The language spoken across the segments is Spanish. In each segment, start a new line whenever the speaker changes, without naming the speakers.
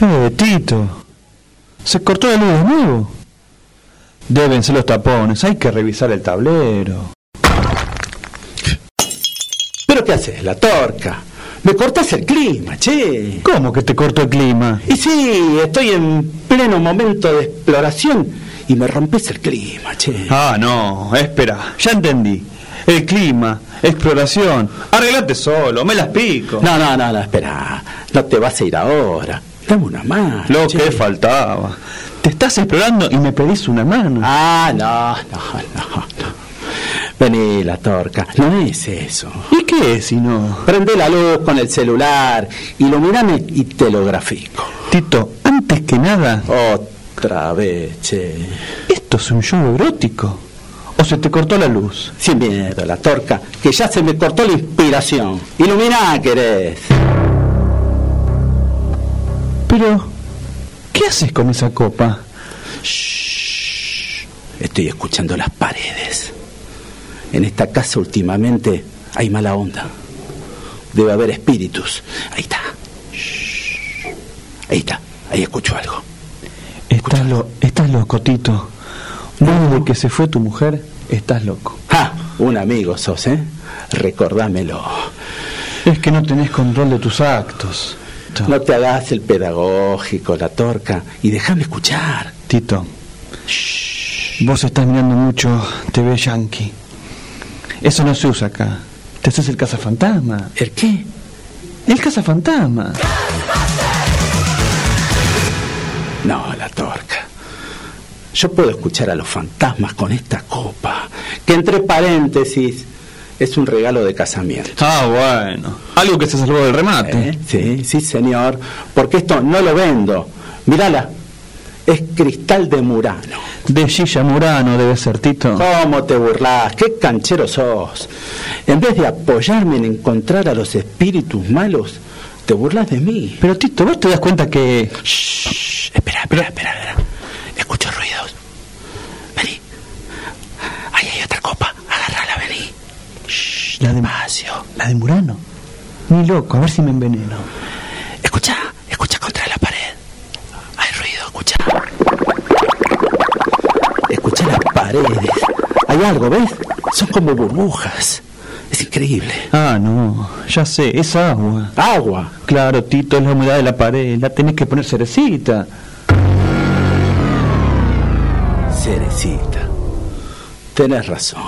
Eh, Tito. Se cortó la luz de nuevo. Deben ser los tapones. Hay que revisar el tablero.
¿Pero qué haces, la torca? Me cortas el clima, che.
¿Cómo que te cortó el clima?
Y sí, estoy en pleno momento de exploración y me rompes el clima, che.
Ah, no. Espera. Ya entendí. El clima, exploración. Arreglate solo. Me las pico.
No, no, no, no, espera. No te vas a ir ahora. Dame una mano.
Lo
che.
que faltaba. Te estás explorando y me pedís una mano.
Ah, no, no, no, no. Vení, la torca. No es eso.
¿Y qué es si no?
Prende la luz con el celular, iluminame y te lo grafico.
Tito, antes que nada,
Otra vez, che.
esto es un show erótico. ¿O se te cortó la luz?
Sin miedo, la torca, que ya se me cortó la inspiración. Iluminá, querés.
Pero, ¿qué haces con esa copa?
Shh. Estoy escuchando las paredes. En esta casa últimamente hay mala onda. Debe haber espíritus. Ahí está. Shh. Ahí está. Ahí escucho algo.
Estás, lo, estás loco, Tito. Vos desde que se fue tu mujer, estás loco.
¡Ja! Un amigo sos, ¿eh? Recordámelo.
Es que no tenés control de tus actos. Tito,
No te hagas el pedagógico, la torca, y déjame escuchar.
Tito, vos estás mirando mucho TV Yankee. Eso no se usa acá. Te haces el cazafantasma.
¿El qué?
El cazafantasma.
No, la torca. Yo puedo escuchar a los fantasmas con esta copa, que entre paréntesis es un regalo de casamiento.
Ah, bueno. Algo que se salvó del remate.
¿Eh? Sí, sí, señor, porque esto no lo vendo. Mírala, es cristal de Murano.
De Gilla Murano debe ser, Tito.
¿Cómo te burlas? ¿Qué canchero sos? En vez de apoyarme en encontrar a los espíritus malos, te burlas de mí.
Pero Tito, vos te das cuenta que...
Shh, espera, espera, espera, espera. Escucho ruidos. Vení. Ahí hay otra copa. Agárrala, vení. Shh,
La de-
despacio.
La de Murano. Ni loco, a ver si me enveneno.
Escucha, escucha contra la pared. Hay ruido, escucha. Escucha las paredes. Hay algo, ¿ves? Son como burbujas. Es increíble.
Ah, no. Ya sé, es agua.
Agua.
Claro, Tito, es la humedad de la pared. La tenés que poner cerecita.
Cerecita. Tenés razón.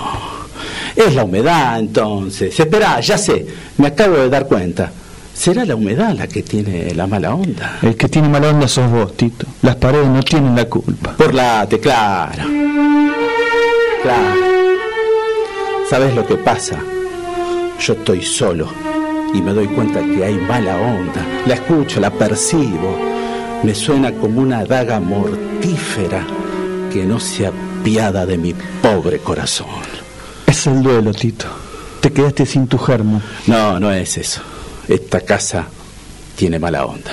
Es la humedad entonces. Esperá, ya sé. Me acabo de dar cuenta. Será la humedad la que tiene la mala onda.
El que tiene mala onda sos vos, Tito. Las paredes no tienen la culpa.
Burlate, claro. Claro. ¿Sabes lo que pasa? Yo estoy solo y me doy cuenta que hay mala onda. La escucho, la percibo. Me suena como una daga mortífera que no se apiada de mi pobre corazón.
Es el duelo, Tito. Te quedaste sin tu germo.
No, no es eso. Esta casa tiene mala onda.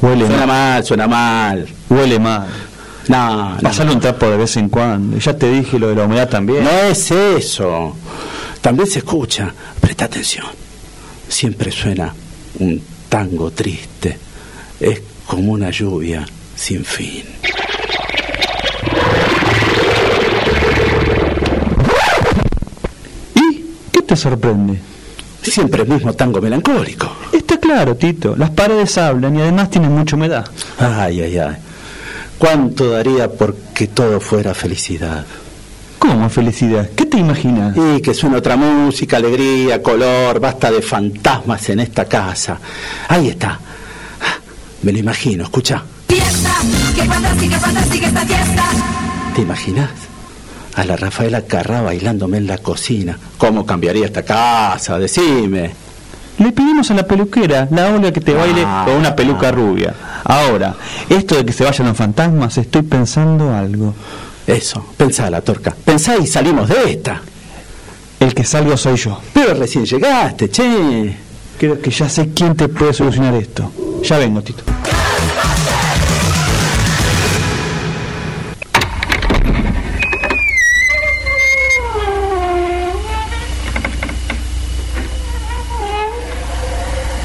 Huele
Suena
mal.
mal, suena mal.
Huele mal.
No, no.
Pasale un trapo de vez en cuando. Ya te dije lo de la humedad también.
No es eso. También se escucha. Presta atención. Siempre suena un tango triste. Es como una lluvia sin fin.
¿Y qué te sorprende?
Siempre el mismo tango melancólico.
Está claro, Tito. Las paredes hablan y además tienen mucha humedad.
Ay, ay, ay. ¿Cuánto daría porque todo fuera felicidad?
¿Cómo felicidad? ¿Qué te imaginas?
Y que suena otra música, alegría, color, basta de fantasmas en esta casa. Ahí está. Ah, Me lo imagino, escucha.
Fiesta, qué fantástica, fantástica esta fiesta.
¿Te imaginas? A la Rafaela Carrá bailándome en la cocina. ¿Cómo cambiaría esta casa? Decime.
Le pedimos a la peluquera, la ola que te baile
Ah.
con una peluca rubia. Ahora, esto de que se vayan los fantasmas, estoy pensando algo.
Eso, pensá la torca. Pensá y salimos de esta.
El que salgo soy yo.
Pero recién llegaste, che.
Creo que ya sé quién te puede solucionar esto. Ya vengo, Tito.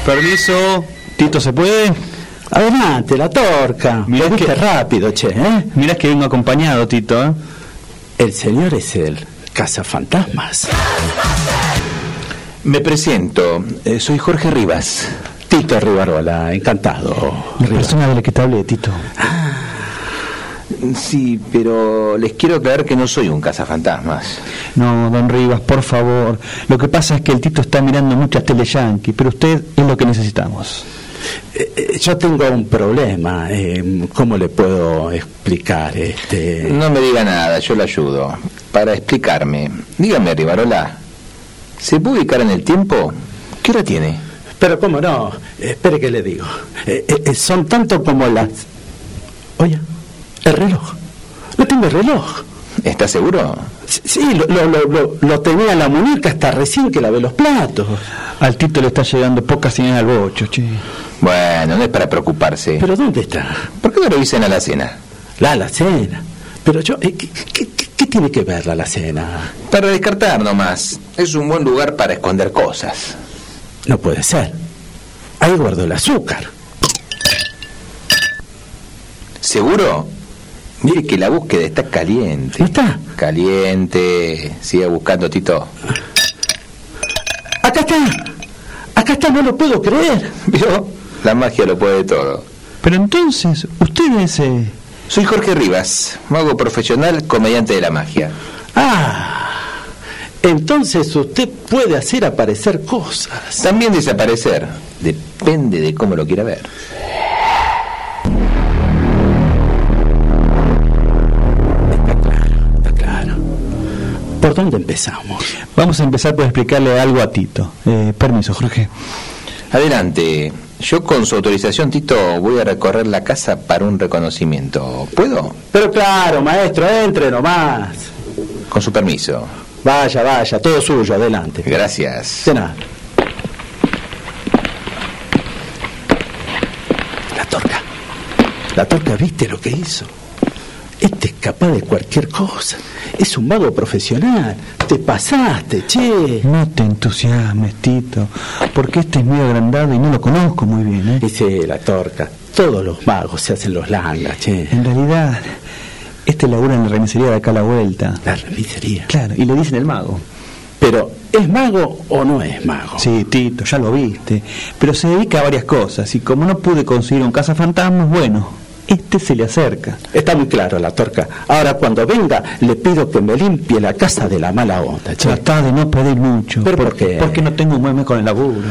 Permiso. Tito, ¿se puede?
Adelante, la torca.
Mirá
Lo viste
que-
rápido, che, ¿eh?
Mirá que vengo acompañado, Tito. ¿eh?
El señor es el cazafantasmas.
Me presento, eh, soy Jorge Rivas.
Tito Rivarola, encantado.
La
Riva.
persona de la que te hablé, Tito.
Ah, Sí, pero les quiero aclarar que no soy un cazafantasmas.
No, don Rivas, por favor. Lo que pasa es que el Tito está mirando muchas tele yankee, pero usted es lo que necesitamos.
Eh, eh, Yo tengo un problema. eh, ¿Cómo le puedo explicar? Este,
No me diga nada, yo le ayudo. Para explicarme, dígame, Rivarola, ¿se puede ubicar en el tiempo? ¿Qué hora tiene?
Pero cómo no, espere que le digo. Eh, eh, eh, son tanto como las... Oye, el reloj. No tengo el reloj.
¿Está seguro?
Sí, Sí, lo, lo, lo- lo- lo tenía en la muñeca hasta recién que lavé los platos.
Al Tito le está llegando poca señal al bocho, che.
Bueno, no es para preocuparse.
¿Pero dónde está?
¿Por qué no lo dicen a la cena?
La alacena. Pero yo... eh, ¿qué, qué- qué- qué tiene que ver la alacena?
Para descartar nomás. Es un buen lugar para esconder cosas.
No puede ser. Ahí guardo el azúcar.
¿Seguro? Mire que la búsqueda está caliente.
¿No está?
Caliente. Sigue buscando, Tito.
Acá está. Acá está, no lo puedo creer.
¿Vio? La magia lo puede todo.
Pero entonces, usted es... eh,
Soy Jorge Rivas, mago profesional, comediante de la magia.
Ah. Entonces usted puede hacer aparecer cosas.
También desaparecer. Depende de cómo lo quiera ver.
Está claro, está claro. ¿Por dónde empezamos?
Vamos a empezar por explicarle algo a Tito. Eh, permiso, Jorge.
Adelante. Yo con su autorización, Tito, voy a recorrer la casa para un reconocimiento. ¿Puedo?
Pero claro, maestro, entre nomás.
Con su permiso.
Vaya, vaya, todo suyo, adelante.
Gracias.
De nada. La torca. La torca, ¿viste lo que hizo? Este es capaz de cualquier cosa. Es un mago profesional. Te pasaste, che.
No te entusiasmes, Tito, porque este es medio agrandado y no lo conozco muy bien, ¿eh?
Dice la torca. Todos los magos se hacen los langas, che.
En realidad, este labura en la remisería de acá a la vuelta.
La remisería.
Claro, y le dicen el mago.
Pero, ¿es mago o no es mago?
Sí, Tito, ya lo viste. Pero se dedica a varias cosas y como no pude conseguir un cazafantasmas, bueno, este se le acerca.
Está muy claro la torca. Ahora cuando venga le pido que me limpie la casa de la mala onda. che.
Tratá de no pedir mucho.
¿Pero por
porque,
qué?
Porque no tengo un buen mes con el laburo.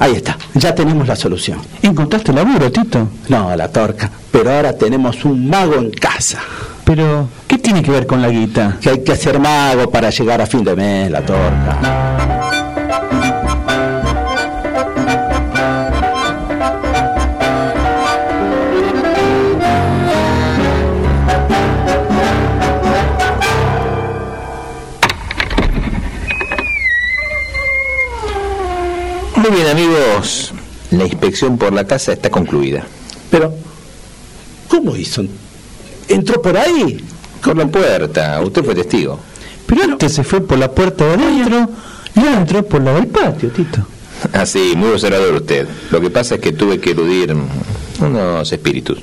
Ahí está, ya tenemos la solución.
¿Encontraste laburo, Tito?
No, la torca, pero ahora tenemos un mago en casa.
Pero, ¿qué tiene que ver con la guita?
Que hay que ser mago para llegar a fin de mes, la torca.
Muy bien, amigos. La inspección por la casa está concluida.
Pero, ¿cómo hizo? ¿Entró por ahí?
Por la puerta. Usted fue testigo.
Pero este se fue por la puerta de adentro y ahora entró por la del patio, Tito.
Ah, sí, muy observador usted. Lo que pasa es que tuve que eludir unos espíritus.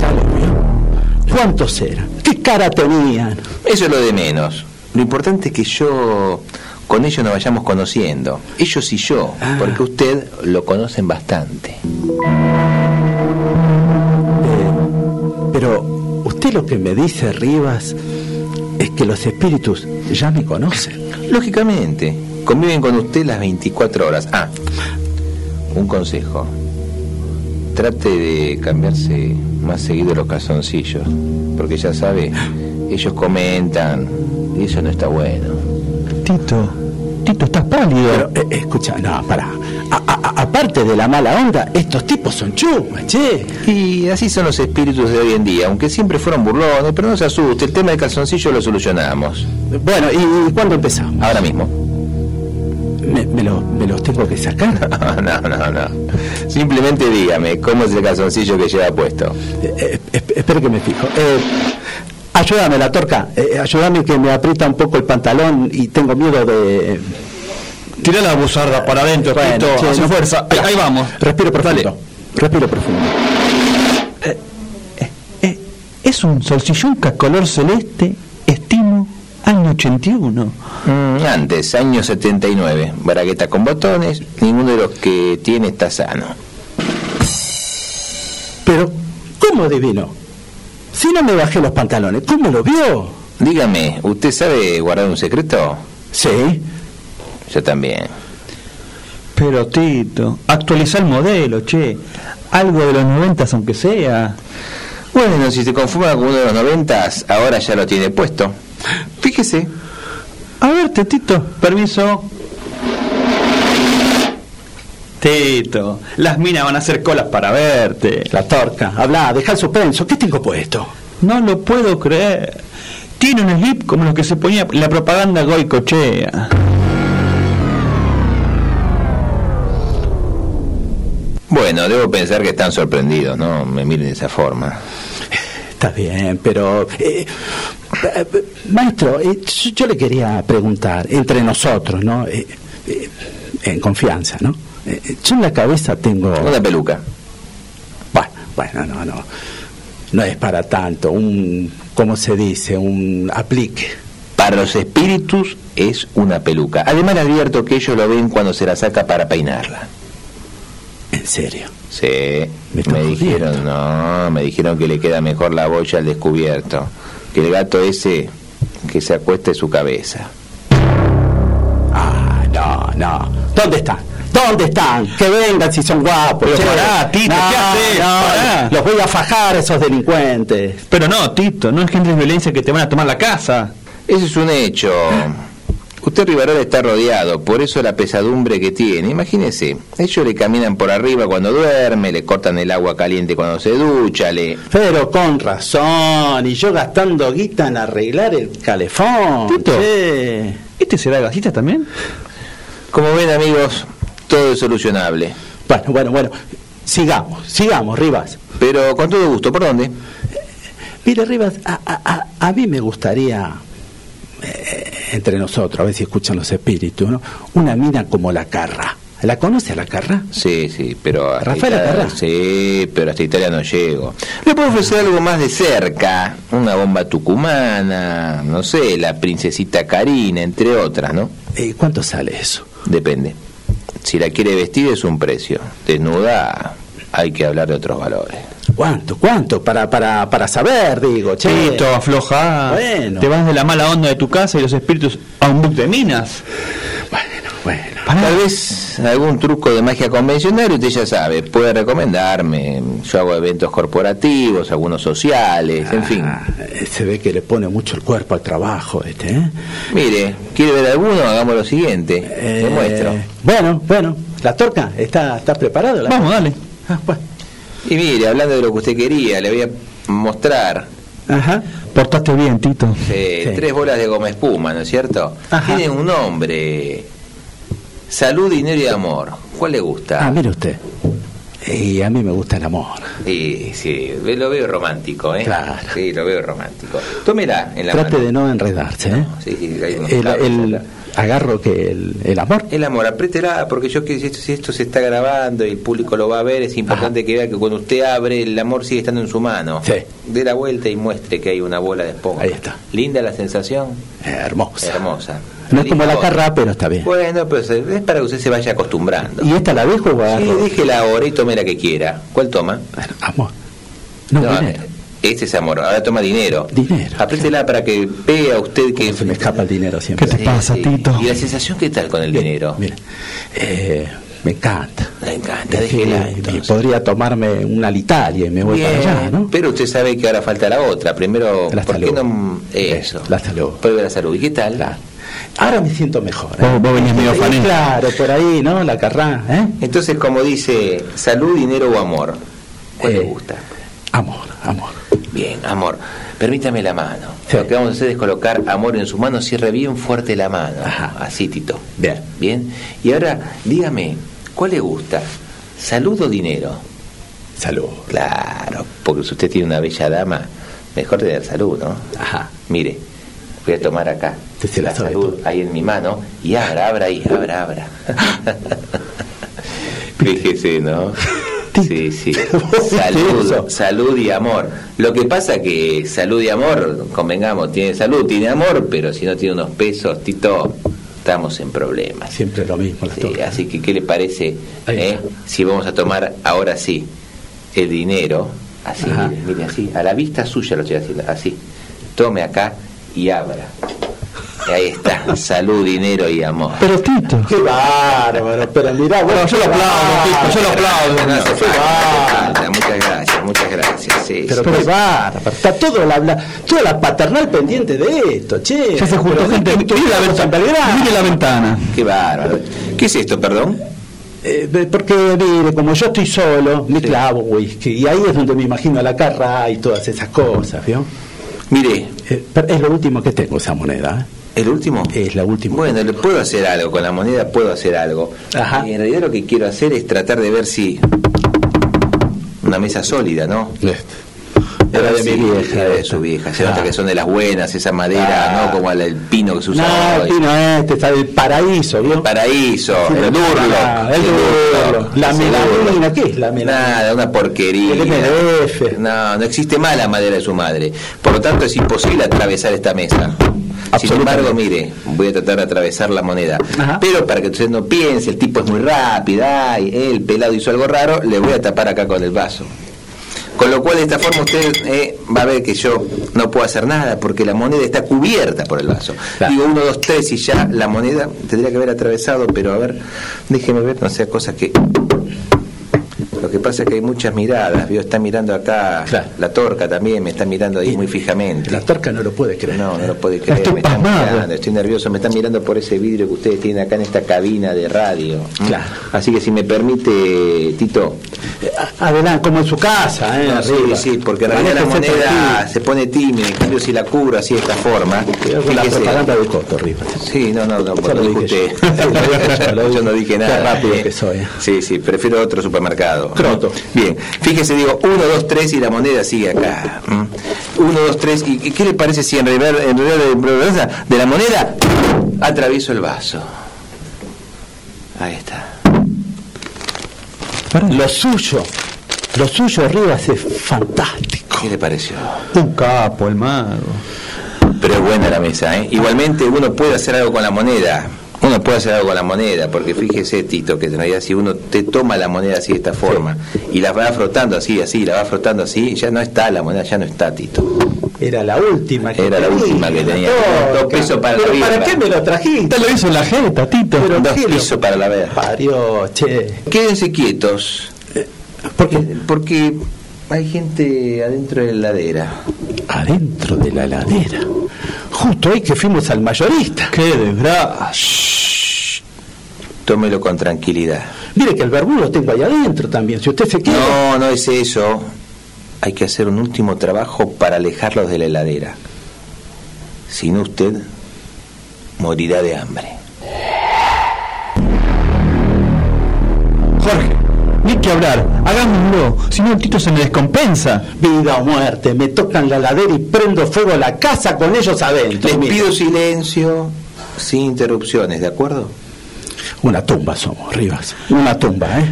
Ya lo vio. ¿Cuántos eran? ¿Qué cara tenían?
Eso es lo de menos. Lo importante es que yo con ellos nos vayamos conociendo. Ellos y yo,
Ah.
porque usted lo conocen bastante.
Pero usted lo que me dice, Rivas, es que los espíritus ya me conocen.
Lógicamente, conviven con usted las 24 horas. Ah, un consejo. Trate de cambiarse más seguido los calzoncillos, porque ya sabe, ellos comentan y eso no está bueno.
Tito, Tito, estás pálido.
Pero, eh, escucha, no, pará. A- a- a- aparte de la mala onda, estos tipos son chumas, che.
Y así son los espíritus de hoy en día, aunque siempre fueron burlones, pero no se asuste, el tema del calzoncillo lo solucionamos.
Bueno, ¿y, y cuándo empezamos?
Ahora mismo.
¿Me, me lo- me los tengo que sacar?
No, no, no. Simplemente dígame, ¿cómo es el calzoncillo que lleva puesto?
Eh, eh, esp- espere que me fijo. Eh, ayúdame, eh, la torca. Eh, ayúdame que me aprieta un poco el pantalón y tengo miedo de...
Tira la buzarda para adentro,
eh, Bueno,
Tito,
che,
hace
no-
fuerza. Ahí,
Mirá,
ahí vamos.
Respiro profundo.
Dale.
Respiro profundo.
Eh, es un solsilluca color celeste, estimo, año 81.
Mm, Antes, año 79. Baragueta con botones. Ninguno de los que tiene está sano.
Pero, ¿cómo adivinó? Si no me bajé los pantalones, ¿cómo lo vio?
Dígame, ¿usted sabe guardar un secreto?
Sí.
Yo también.
Pero Tito, actualiza el modelo, che. Algo de los noventas aunque sea.
Bueno, si se conforma con uno de los noventas, ahora ya lo tiene puesto. Fíjese.
A ver, Tito, permiso. Tito, las minas van a hacer colas para verte.
La torca. Habla, deja el suspenso. ¿Qué tengo puesto?
No lo puedo creer. Tiene un slip como los que se ponía la propaganda goicochea.
Bueno, debo pensar que están sorprendidos, ¿no? Me miren de esa forma.
Está bien, pero... eh, eh, maestro, eh, yo yo le quería preguntar, entre nosotros, ¿no? Eh, eh, en confianza, ¿no? Eh, eh, yo en la cabeza tengo...
Una peluca.
Bueno, bueno, no, no. No es para tanto. Un, ¿cómo se dice? Un aplique.
Para los espíritus es una peluca. Además, le advierto que ellos lo ven cuando se la saca para peinarla.
En serio.
Sí,
Me
me,
estás
dijeron, no, me dijeron que le queda mejor la boya al descubierto. Que el gato ese que se acueste su cabeza.
Ah, no, no. ¿Dónde están? ¿Dónde están? Que vengan si son guapos.
Pero
che.
pará, Tito, ¿qué haces? Pará.
Los voy a fajar a esos delincuentes.
Pero no, Tito, no engendres violencia que te van a tomar la casa.
Ese es un hecho. Usted Rivarola está rodeado, por eso la pesadumbre que tiene. Imagínese, ellos le caminan por arriba cuando duerme, le cortan el agua caliente cuando se ducha, le...
Pero con razón. Y yo gastando guita en arreglar el calefón.
Tito.
che.
¿Este será gasista también?
Como ven amigos, todo es solucionable.
Bueno, bueno, bueno. Sigamos, sigamos, Rivas.
Pero con todo gusto, ¿por dónde?
Mire, Rivas, a, a- a- a mí me gustaría, eh, entre nosotros, a ver si escuchan los espíritus, ¿no? una mina como la Carra. ¿La conoce a la Carra?
Sí, sí, pero... hasta
Rafael
Italia-
Alcaraz.
Sí, pero hasta Italia no llego. Le puedo ofrecer algo más de cerca, una bomba tucumana, no sé, la princesita Karina, entre otras, ¿no?
Eh, ¿Cuánto sale eso?
Depende. Si la quiere vestir es un precio. Desnuda hay que hablar de otros valores.
¿Cuánto? ¿Cuánto? Para, para, para saber, digo, che.
Tito, afloja.
Bueno.
Te vas de la mala onda de tu casa y los espíritus a un buque de minas.
Bueno, bueno.
Tal vez algún truco de magia convencional, usted ya sabe, puede recomendarme. Yo hago eventos corporativos, algunos sociales, en fin.
Ah, eh, se ve que le pone mucho el cuerpo al trabajo este, ¿eh?
Mire, ¿quiere ver alguno? Hagamos lo siguiente. Le
Eh,
muestro.
Bueno, bueno. ¿La torca? ¿Está, está preparado? la-
Vamos, dale.
Ah, bueno.
Y mire, hablando de lo que usted quería, le voy a mostrar
Ajá.
Portaste bien, Tito.
eh,
Sí.
tres bolas de goma espuma, ¿no es cierto?
Ajá.
Tienen un nombre. Salud, dinero y amor. ¿Cuál le gusta?
Ah, mire usted. Y a mí me gusta el amor.
Sí, sí, ve- lo veo romántico, ¿eh?
Claro.
Sí, lo veo romántico. Tómela en la
Trate
mano.
de no enredarse, ¿eh?
Sí, sí, hay unos
el,
cables
el-
acá.
agarro que el, el amor.
El amor, apriétela, porque yo que si esto, si esto se está grabando y el público lo va a ver, es importante que vea que cuando usted abre, el amor sigue estando en su mano.
Sí.
Dé la vuelta y muestre que hay una bola de esponja.
Ahí está.
Linda la sensación,
Hermosa.
hermosa.
No es como la
Linda
carra, pero está bien.
Bueno, pero se- es para que usted se vaya acostumbrando.
¿Y esta la dejo o
Sí,
agarro?
déjela ahora y tome la que quiera. ¿Cuál toma?
Bueno, amor. No,
No,
dinero.
Este es amor. Ahora toma dinero.
Dinero.
Apriétela para que vea usted que.
Se me escapa el dinero siempre.
¿Qué te pasa, Tito?
¿Y la sensación qué tal con el dinero?
Mira, eh, me encanta.
La encanta,
Es que
déjela.
y
entonces.
podría tomarme una Alitalia y me voy
Bien,
para allá, ¿no?
Pero usted sabe que ahora falta la otra. Primero,
La
Oh, ¿por qué
salud.
no eh, eso?
La salud.
Pruebe la salud. ¿Y qué tal?
La- Ahora me siento mejor. ¿eh?
Vos- vos venís medio
Sí,
fané.
Claro, por ahí, ¿no? La carrá, ¿eh?
Entonces, como dice, salud, dinero o amor. ¿Cuál le
Eh.
gusta?
Amor, amor.
Bien, amor. Permítame la mano.
Sí.
Lo que vamos a hacer es colocar amor en su mano. Cierre bien fuerte la mano.
Ajá.
Así, Tito.
Bien.
Bien. Y ahora, dígame, ¿cuál le gusta? ¿Salud o dinero?
Salud.
Claro, porque si usted tiene una bella dama, mejor tener salud, ¿no?
Ajá.
Mire, Voy a tomar acá.
Te se la sabe
salud ahí en mi mano y abra, abra ahí, abra, abra. Fíjese, ¿no? Sí, sí. Salud, salud y amor. Lo que pasa que salud y amor, convengamos, tiene salud, tiene amor, pero si no tiene unos pesos, Tito, estamos en problemas.
Siempre lo mismo. las
Sí,
tortas.
así que, ¿qué le parece
Ahí
eh,
está.
si vamos a tomar ahora sí el dinero? Así,
Ajá.
mire, mire, así, a la vista suya lo estoy haciendo, así. Tome acá y abra. Ahí está, salud, dinero y amor.
Pero Tito.
Qué bárbaro, pero mirá, bueno, yo lo aplaudo, Tito, yo lo aplaudo.
Ah, No hace
Qué
falta,
bárbaro.
muchas gracias, muchas gracias. sí,
Pero
sí.
qué bárbaro, está todo la, la- toda la paternal pendiente de esto, che.
Ya se juntó
Pero
gente.
¿qué- qué-
Mire la ventana. Mire la ventana.
Qué bárbaro. ¿Qué es esto, perdón?
Eh, de- porque, mire, como yo estoy solo, me
Sí.
clavo whisky. Y ahí es donde me imagino a la carra y todas esas cosas, ¿vio?
Mire,
Eh, pero es lo último que tengo esa moneda. ¿eh?
¿El último?
Es la última.
Bueno, le puedo hacer algo, con la moneda puedo hacer algo.
Ajá.
Y en realidad lo que quiero hacer es tratar de ver si. Una mesa sólida, ¿no?
Este. Era de
Sí,
mi Ah, vieja.
era de su vieja. Se
Ah.
nota que son de las buenas, esa madera,
Ah.
¿no? Como el, el pino que se usa
No,
hoy.
el pino este, está el paraíso, ¿vio?
Paraíso,
Sí,
el
la-
Durlock.
el Durlock. La
Ese
melamina,
Durlock.
¿qué es la melamina?
Nada, una porquería.
El MDF.
No, no existe más la madera de su madre. Por lo tanto, es imposible atravesar esta mesa. Sin
Absolutamente.
embargo, mire, voy a tratar de atravesar la moneda.
Ajá.
Pero para que usted no piense, el tipo es muy rápido, ay, el pelado hizo algo raro, le voy a tapar acá con el vaso. Con lo cual, de esta forma, usted eh, va a ver que yo no puedo hacer nada porque la moneda está cubierta por el vaso.
Claro.
Digo, uno, dos, tres y ya la moneda tendría que haber atravesado, pero a ver, déjeme ver, no sea cosa que. Lo que pasa es que hay muchas miradas, ¿vio? Está mirando acá
Claro.
la torca también, me está mirando ahí muy fijamente.
La torca no lo puede creer.
No, no lo puede
Estoy
creer. me está
pasmado.
mirando, estoy nervioso, me están mirando por ese vidrio que ustedes tienen acá en esta cabina de radio.
Claro.
Así que si me permite, Tito,
Eh, a- Adelante, como en su casa, ¿eh?
no,
arriba.
Ah,
este
Sí, sí, porque en realidad la
Manéjese
moneda
tranquilo.
se pone tímida, en cambio si la cubro así de esta forma.
Cuidado con la
fíjese.
propaganda de Coto, Rivas.
Sí, no, no,
Ya
no, porque
lo
lo dijo
dije
usted.
yo. Ya lo dije.
Yo no dije
Qué
nada.
rápido
eh.
que soy, eh.
Sí, sí, prefiero otro supermercado.
Croto.
Bien, fíjese, digo, 1, 2, 3 y la moneda sigue acá. 1, 2, 3, ¿y y qué le parece si en realidad en realidad de, de la moneda atravieso el vaso? Ahí está.
Pará.
Lo suyo, lo suyo, Rivas, es fantástico.
¿Qué le pareció?
Un capo, el mago.
Pero es buena la mesa, ¿eh? Igualmente uno puede hacer algo con la moneda. Uno puede hacer algo con la moneda, porque fíjese, Tito, que en realidad si uno te toma la moneda así de esta forma y la va frotando así, así, la va frotando así, ya no está la moneda, ya no está, Tito.
Era la última que
Era la última que tenía.
torca.
Dos pesos para
Pero
la
¿para
birra.
qué me lo trajiste?
Usted lo hizo en la jeta, Tito.
Pero
Dos
qué lo-
pisos para la ver.
Parió, che.
Quédense quietos,
Porque
porque hay gente adentro de la heladera.
adentro de la ladera, justo hoy que fuimos al mayorista.
Qué desgracia.
Tómelo con tranquilidad.
Mire que el verbo lo tengo ahí adentro también. Si usted se quiere.
No, no es eso. Hay que hacer un último trabajo para alejarlos de la heladera. Si no, usted morirá de hambre.
Jorge, ni que hablar. Hagámoslo. Si no, Tito se me descompensa.
Vida o muerte, me tocan la ladera y prendo fuego a la casa con ellos adentro.
Les
Mire,
pido silencio, sin interrupciones, ¿de acuerdo?
Una tumba somos, Rivas. Una tumba, ¿eh?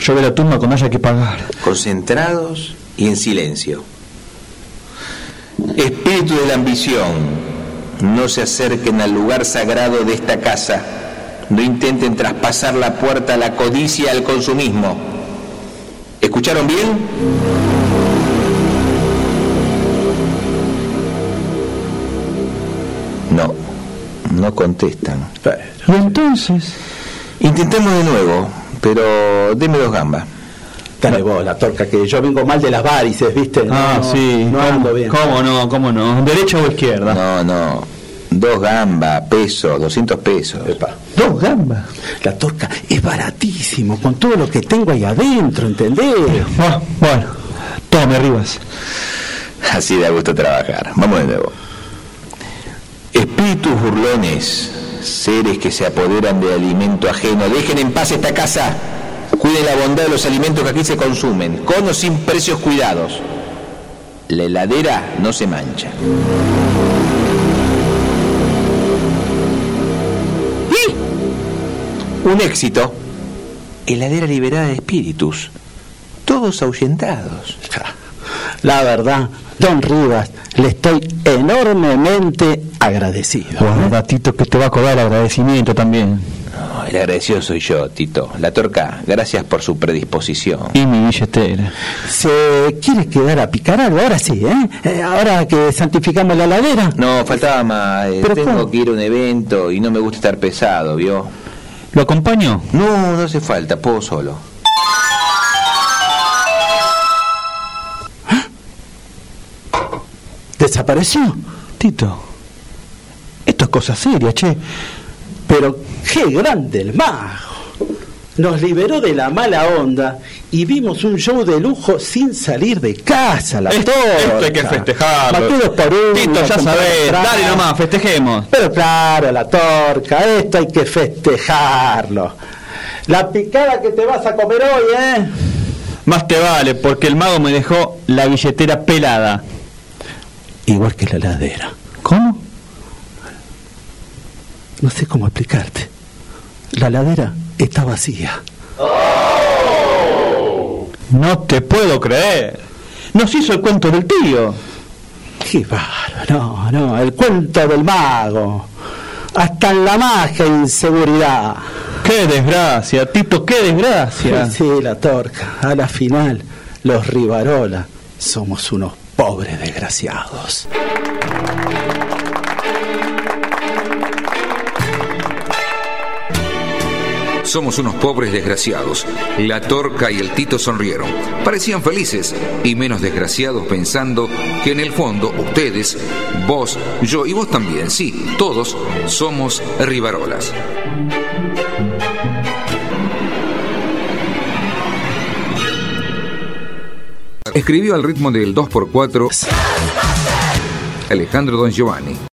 Yo veo la tumba cuando haya que pagar.
Concentrados y en silencio. Espíritu de la ambición, no se acerquen al lugar sagrado de esta casa. No intenten traspasar la puerta a la codicia, al consumismo. ¿Escucharon bien? No, no contestan.
¿Y entonces?
Intentemos de nuevo, pero deme dos gambas.
Dale vos la torca, que yo vengo mal de las varices, ¿viste? No,
ah,
no,
sí.
No ando bien.
¿Cómo no? ¿Cómo no? ¿Derecha o izquierda?
No, no. Dos gambas, pesos, 200 pesos.
Epa.
Dos gambas.
La torca es baratísimo, con todo lo que tengo ahí adentro, ¿entendés?
Ah, bueno, tome, Rivas.
Así da gusto trabajar. Vamos de nuevo. Espíritus burlones, seres que se apoderan de alimento ajeno, dejen en paz esta casa. Cuiden la bondad de los alimentos que aquí se consumen, con o sin precios cuidados. La heladera no se mancha. Un éxito. Heladera liberada de espíritus. Todos ahuyentados.
La verdad, don Rivas, le estoy enormemente agradecido.
Guarda, Tito, que te va a cobrar agradecimiento también.
No, el agradecido soy yo, Tito. La torca, gracias por su predisposición.
Y mi billetera.
¿Se quiere quedar a picar algo? Ahora sí, ¿eh? Eh, Ahora que santificamos la ladera.
No, faltaba más. eh,
Pero,
Tengo
¿cómo?
que ir a un evento y no me gusta estar pesado, ¿vio?
¿Lo acompaño?
No, no hace falta, puedo solo.
¿Desapareció?
Tito. Esto es cosa seria, che.
Pero qué grande el mago. Nos liberó de la mala onda y vimos un show de lujo sin salir de casa. La
Esto-
torta.
esto hay que festejarlo.
Maté dos por uno,
Tito, ya
compré
sabés.
entrada.
Dale nomás, festejemos.
Pero claro, la torca, esto hay que festejarlo. La picada que te vas a comer hoy, ¿eh?
Más te vale, porque el mago me dejó la billetera pelada.
Igual que la heladera.
¿Cómo?
No sé cómo explicarte. La ladera está vacía.
No te puedo creer. Nos hizo el cuento del tío.
Qué bárbaro, no, no, el cuento del mago. Hasta en la magia hay inseguridad.
Qué desgracia, Tito, qué desgracia.
Sí, la torca, a la final, los Rivarola somos unos pobres desgraciados.
Somos unos pobres desgraciados. La Torca y el Tito sonrieron. Parecían felices y menos desgraciados pensando que en el fondo ustedes, vos, yo y vos también, sí, todos somos rivarolas. Escribió al ritmo del 2x4 Alejandro Don Giovanni.